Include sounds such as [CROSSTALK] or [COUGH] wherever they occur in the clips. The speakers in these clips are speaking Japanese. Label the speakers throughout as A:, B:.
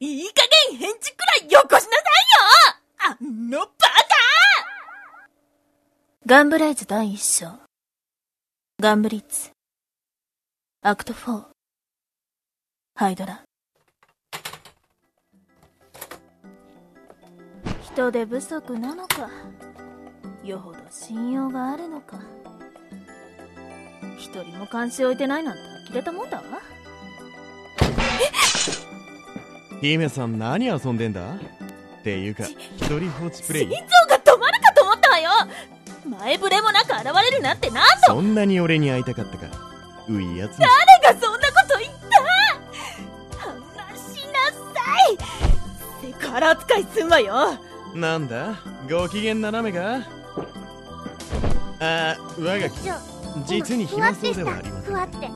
A: いい加減返事くらいよこしなさいよあのバ
B: ガンブレイズ第一章。ガンブリッツ。アクト4。ハイドラ。人手不足なのか。よほど信用があるのか。一人も監視置いてないなんて呆れたもんだわ。
C: 姫さん何遊んでんだっていうか一人放置プレ
A: 心
C: イ
A: 臓が止まるかと思ったわよ前触れもなく現れるなんてなん
C: そんなに俺に会いたかったかういやつめ
A: でがそんなこと言った話しなさいセクハラ扱いすんわよ
C: なんだご機嫌斜めかあー我がき
D: じゃ
C: 実に暇そうではありませ
D: ふ
C: ん
D: わって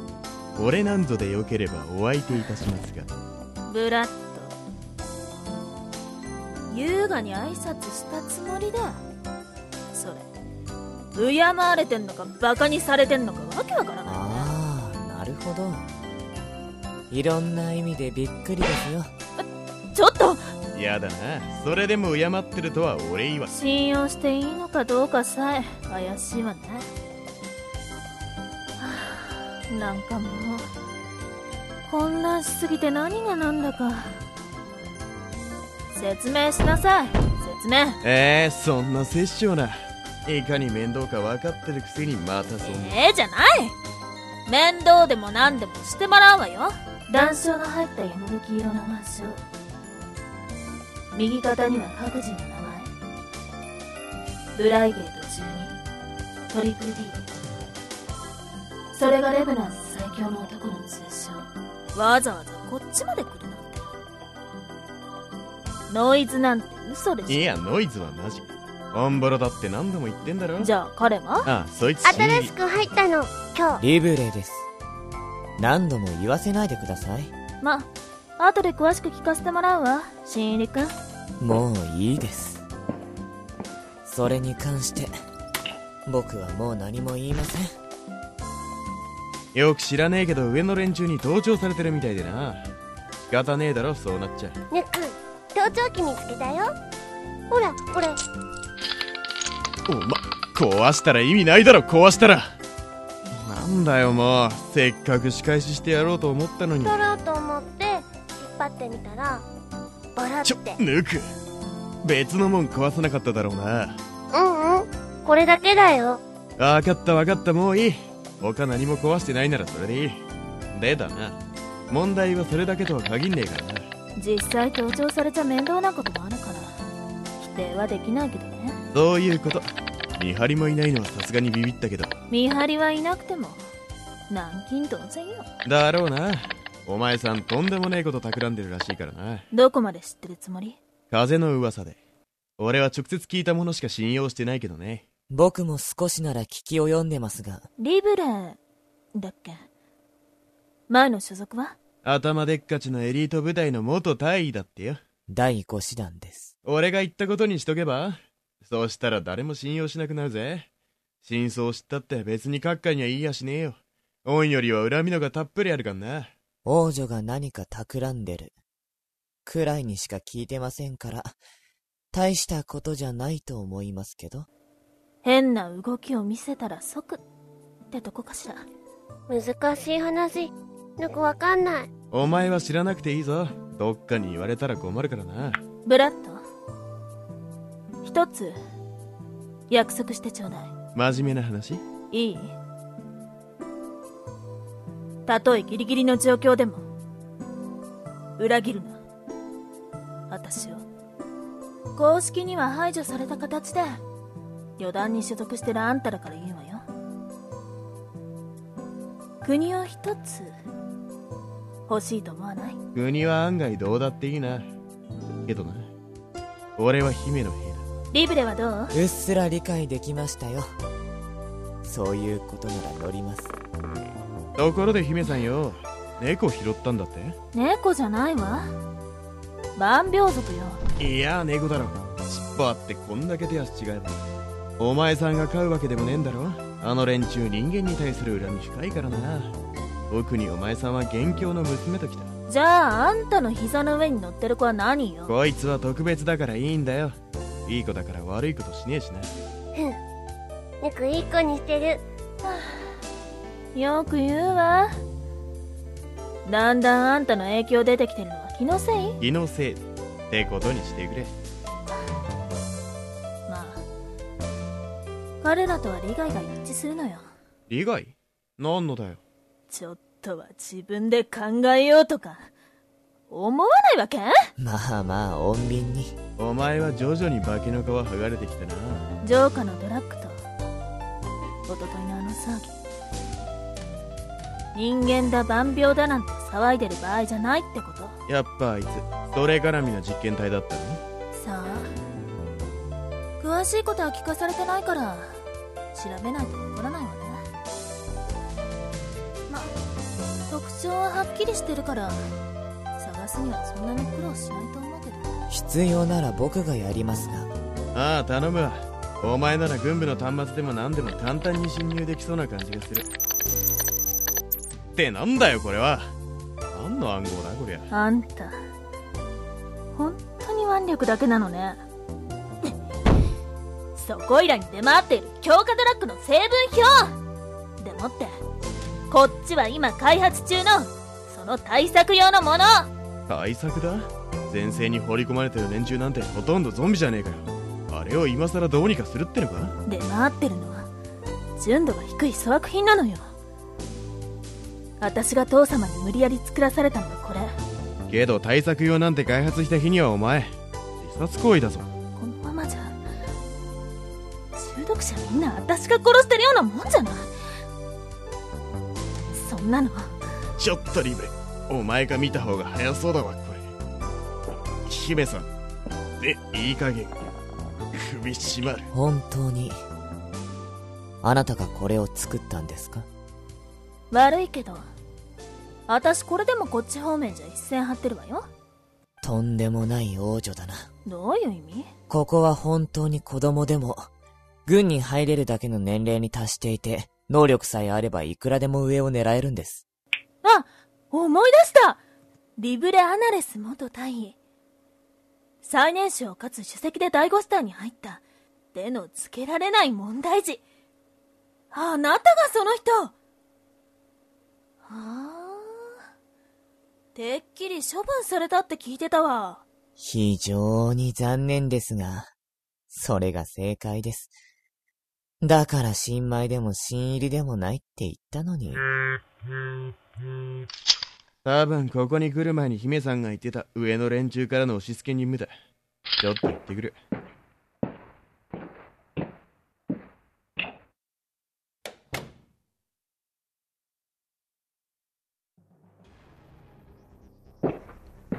C: 俺なんぞでよければお相手いたしますが
B: ブラッと優雅に挨拶したつもりだそれ敬われてんのかバカにされてんのかわけわからないね
E: ああなるほどいろんな意味でびっくりですよ
B: ちょっと
C: やだなそれでも敬ってるとは俺言わ
B: 信用していいのかどうかさえ怪しいわねはあなんかもう混乱しすぎて何がなんだか説明しなさい説明
C: えー、そんな殺生ないかに面倒か分かってるくせにまたそんな
B: ええじゃない面倒でも何でもしてもらうわよ談笑の入った山吹色のマンション右肩には各自の名前ブライゲート12トリプル D それがレブナンス最強の男の通称わざわざこっちまで来るなんてノイズなんて嘘で
C: い
B: し
C: やノイズはマジオンボロだって何度も言ってんだろ
B: ょじゃあ彼は
C: あそいつ
D: 新しく入ったの今日
E: リブレです何度も言わせないでください
B: まあ後で詳しく聞かせてもらうわ新入りくん
E: もういいですそれに関して僕はもう何も言いません
C: よく知らねえけど上の連中に同調されてるみたいでな仕方ねえだろそうなっちゃ
D: ぬっくん盗聴器見つけたよほらこれ
C: おま壊したら意味ないだろ壊したらなんだよもうせっかく仕返ししてやろうと思ったのに
D: 取ろうと思って引っ張ってみたらボロっ
C: ちょ
D: て
C: 抜く別のもん壊さなかっただろうな
D: うんうんこれだけだよ
C: 分かった分かったもういい他何も壊してないならそれでいいでだな問題はそれだけとは限んねえからな
B: 実際盗聴されちゃ面倒なこともあるから否定はできないけどね
C: そういうこと見張りもいないのはさすがにビビったけど
B: 見張りはいなくても軟禁同然よ
C: だろうなお前さんとんでもねえこと企んでるらしいからな
B: どこまで知ってるつもり
C: 風の噂で俺は直接聞いたものしか信用してないけどね
E: 僕も少しなら聞き及んでますが
B: リブレだっけ前の所属は
C: 頭でっかちのエリート部隊の元大尉だってよ
E: 第5師団です
C: 俺が言ったことにしとけばそうしたら誰も信用しなくなるぜ真相を知ったって別に閣下には言いやしねえよ恩よりは恨みのがたっぷりあるからな
E: 王女が何か企んでるくらいにしか聞いてませんから大したことじゃないと思いますけど
B: 変な動きを見せたら即ってとこかしら
D: 難しい話ぬくわかんない
C: お前は知らなくていいぞどっかに言われたら困るからな
B: ブラッド一つ約束してちょうだい
C: 真面目な話
B: いいたとえギリギリの状況でも裏切るな私を公式には排除された形で余談に所属してるあんたらから言うわよ国を一つ欲しいと思わない
C: 国は案外どうだっていいなけどな俺は姫の兵だ
B: リブレはどう
E: うっすら理解できましたよそういうことなら乗ります
C: ところで姫さんよ猫拾ったんだっ
B: 猫じゃないわ万病族よ
C: ていや猫だろ尻尾あってこんだけ手足違えばお前さんが飼うわけでもねえんだろあの連中人間に対する恨み深いからな特にお前さんは元凶の娘ときた
B: じゃああんたの膝の上に乗ってる子は何よ
C: こいつは特別だからいいんだよいい子だから悪いことしねえしな
D: ぬくいい子にしてる
B: よく言うわだんだんあんたの影響出てきてるのは気のせい
C: 気のせいってことにしてくれ
B: まあ彼らとは利害が一致するのよ
C: 利害何のだよ
B: ちょっとは自分で考えようとか思わないわけ
E: まあまあ、穏便に。
C: お前は徐々に化けの皮剥がれてきたな
B: 浄化のドラッグとおとといのあの騒ぎ人間だ万病だなんて騒いでる場合じゃないってこと
C: やっぱあいつそれ絡みの実験体だったの
B: さあ詳しいことは聞かされてないから調べないとわからないわねま特徴ははっきりしてるから探すにはそんなに苦労しないと思うけど
E: 必要なら僕がやりますが。
C: ああ頼むわお前なら軍部の端末でも何でも簡単に侵入できそうな感じがするってなんだよこれは何の暗号だこりゃ
B: あんた本当に腕力だけなのね [LAUGHS] そこいらに出回っている強化ドラッグの成分表でもってこっちは今開発中のその対策用のもの
C: 対策だ前線に放り込まれてる連中なんてほとんどゾンビじゃねえかよあれを今更どうにかするってのか
B: 出回ってるのは純度が低い粗悪品なのよ私が父様に無理やり作らされたのがこれ
C: けど対策用なんて開発した日にはお前自殺行為だぞ
B: このままじゃ中毒者みんな私が殺してるようなもんじゃないそんなの
C: ちょっとリベお前が見た方が早そうだわこれ姫さんでいい加減首絞まる
E: 本当に。あなたがこれを作ったんですか
B: 悪いけど私これでもこっち方面じゃ一線張ってるわよ
E: とんでもない王女だな。
B: どういう意味
E: ここは本当に子供でも、軍に入れるだけの年齢に達していて、能力さえあればいくらでも上を狙えるんです。
B: あ思い出したリブレ・アナレス元大尉最年少かつ首席で第五スターに入った手のつけられない問題児あなたがその人はあてっきり処分されたって聞いてたわ
E: 非常に残念ですが、それが正解です。だから新米でも新入りでもないって言ったのに。
C: 多分ここに来る前に姫さんが言ってた上の連中からの押し付け任務だちょっと行ってくる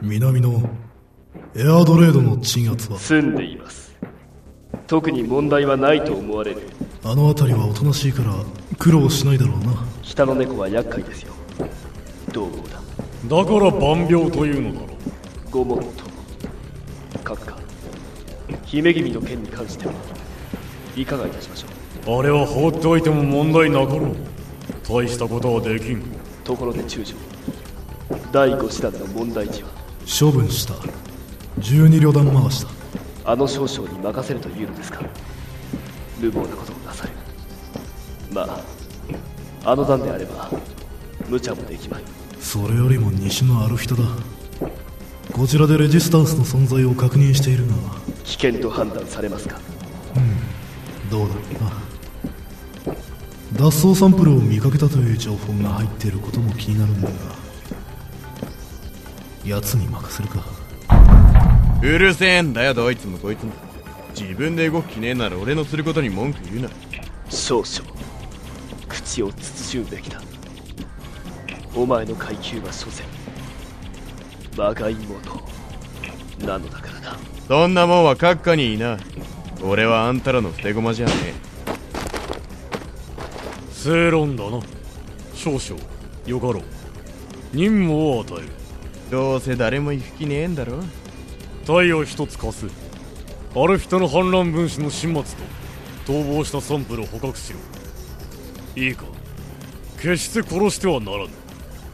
F: 南のエアドレードの鎮圧は
G: 住んでいます特に問題はないと思われる
F: あの辺りはおとなしいから苦労しないだろうな
G: 北の猫は厄介ですよどう思うだ
H: だから万病というのだろう
G: ごもっとも閣下姫君の件に関してはいかがいたしましょう
H: あれは放っておいても問題なかろう大したことはできん
G: ところで中将第5師団の問題児は
F: 処分した12旅団回した
G: あの少将に任せるというのですか無謀なことをなさるまああの段であれば無茶もできまい
F: それよりも西のアルフィタだこちらでレジスタンスの存在を確認しているが
G: 危険と判断されますか
F: どうだろうな脱走サンプルを見かけたという情報が入っていることも気になるんだが奴に任せるか
C: うるせえんだよどいつもこいつも自分で動く気ねえなら俺のすることに文句言うな
G: 少々口を慎むべきだお前の階級は所詮我が妹なのだからな
C: そんなもんは閣下にいな俺はあんたらの捨て駒じゃね
H: 正論だな少々よかろう任務を与える
C: えどうせ誰も行く気ねえんだろ
H: 体を一つ貸すアルフィタの反乱分子の始末と逃亡したサンプルを捕獲しろ
I: いいか決して殺してはならぬ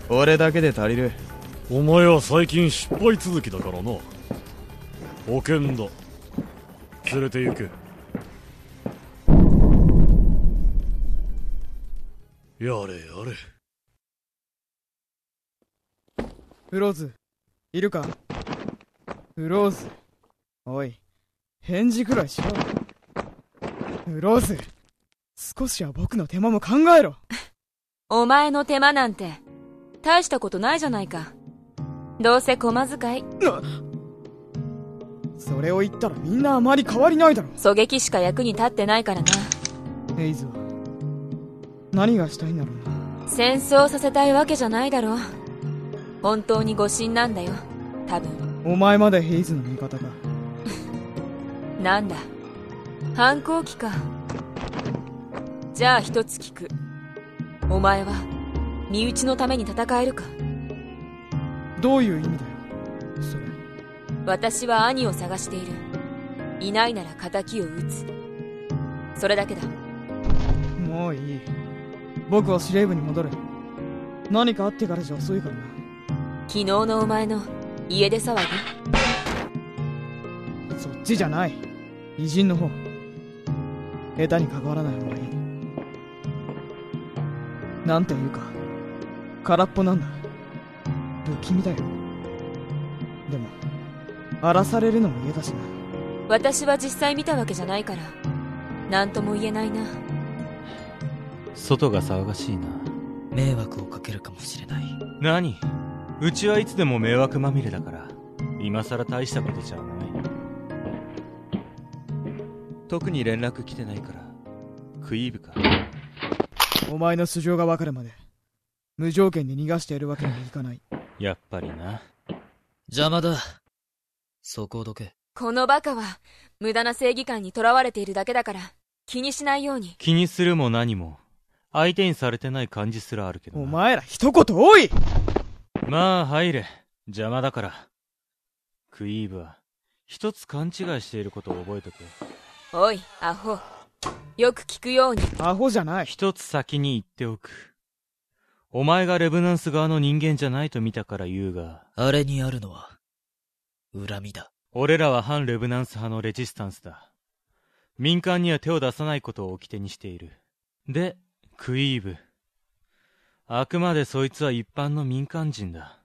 C: 俺だけで足りる
I: お前は最近失敗続きだからな保険だ連れて行けやれやれ
J: フローズ、いるかフローズ、おい、返事くらいしろ。フローズ、少しは僕の手間も考えろ。
B: お前の手間なんて、大したことないじゃないか。どうせ駒遣い、
J: それを言ったらみんなあまり変わりないだろ。
B: 狙撃しか役に立ってないからな。
J: エイズは。何がしたいんだろうな。
B: 戦争させたいわけじゃないだろう。本当に誤信なんだよ。多分。
J: お前までヘイズの味方か。
B: なんだ。反抗期か。じゃあ一つ聞く。お前は、身内のために戦えるか
J: どういう意味だよ。それ。
B: 私は兄を探している。いないなら仇を討つ。それだけだ。
J: もういい僕は司令部に戻る何かあってからじゃ遅いからな
B: 昨日のお前の家出騒ぎ
J: そっちじゃない偉人の方下手に関わらない方がいいなんていうか空っぽなんだ不気味だよでも荒らされるのも嫌だしな
B: 私は実際見たわけじゃないから何とも言えないな
K: 外が騒がしいな
E: 迷惑をかけるかもしれない
K: 何うちはいつでも迷惑まみれだから今さら大したことじゃない特に連絡来てないから食いイブか
J: お前の素性が分かるまで無条件で逃がしてやるわけにはいかない
K: やっぱりな
E: 邪魔だそこをどけ
B: このバカは無駄な正義感にとらわれているだけだから気にしないように
K: 気にするも何も相手にされてない感じすらあるけど
J: お
K: な
J: 前ら一言多い
K: まあ入れ邪魔だからクイーブは一つ勘違いしていることを覚えとけ
B: おいアホよく聞くように
J: アホじゃない
K: 一つ先に言っておくお前がレブナンス側の人間じゃないと見たから言うが
E: あれにあるのは恨みだ
K: 俺らは反レブナンス派のレジスタンスだ民間には手を出さないことを掟にしているでクイーブあくまでそいつは一般の民間人だ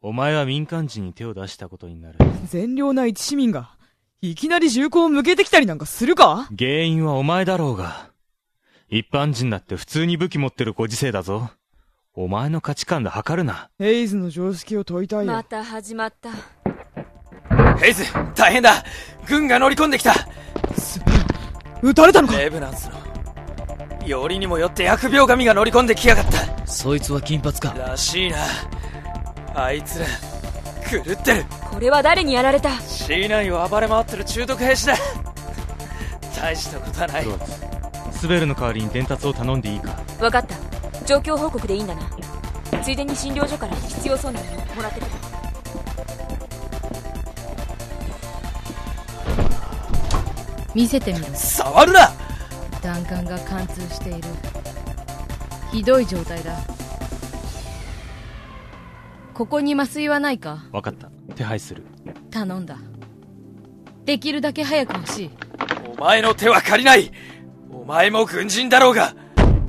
K: お前は民間人に手を出したことになる
J: 善良な一市民がいきなり銃口を向けてきたりなんかするか
K: 原因はお前だろうが一般人だって普通に武器持ってるご時世だぞお前の価値観で測るな
J: ヘイズの常識を問いたいよ
B: また始まった
G: ヘイズ大変だ軍が乗り込んできた
J: 撃たれたのか
G: レブナンスのよりにもよって疫病神が乗り込んできやがった
E: そいつは金髪から
G: しいなあいつら狂ってる
B: これは誰にやられた
G: C9 を暴れ回ってる中毒兵士だ大したことはない
K: スベルの代わりに伝達を頼んでいいか
B: 分かった状況報告でいいんだなついでに診療所から必要そうなものもらってくる
D: 見せてみろ
G: 触るな
D: 弾丸が貫通しているひどい状態だここに麻酔はないか
K: 分かった手配する
D: 頼んだできるだけ早く欲しい
G: お前の手は借りないお前も軍人だろうが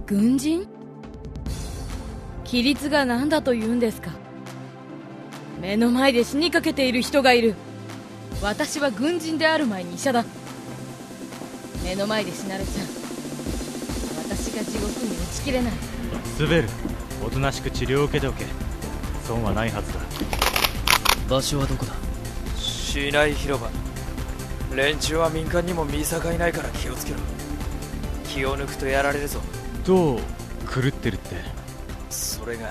D: 軍人規律が何だと言うんですか目の前で死にかけている人がいる私は軍人である前に医者だ目の前で死なれちゃう私が地獄に打ち切れない
K: スベルおとなしく治療を受けておけ損はないはずだ
E: 場所はどこだ
G: 市内広場連中は民間にも見境ないから気をつけろ気を抜くとやられるぞ
K: どう狂ってるって
G: それが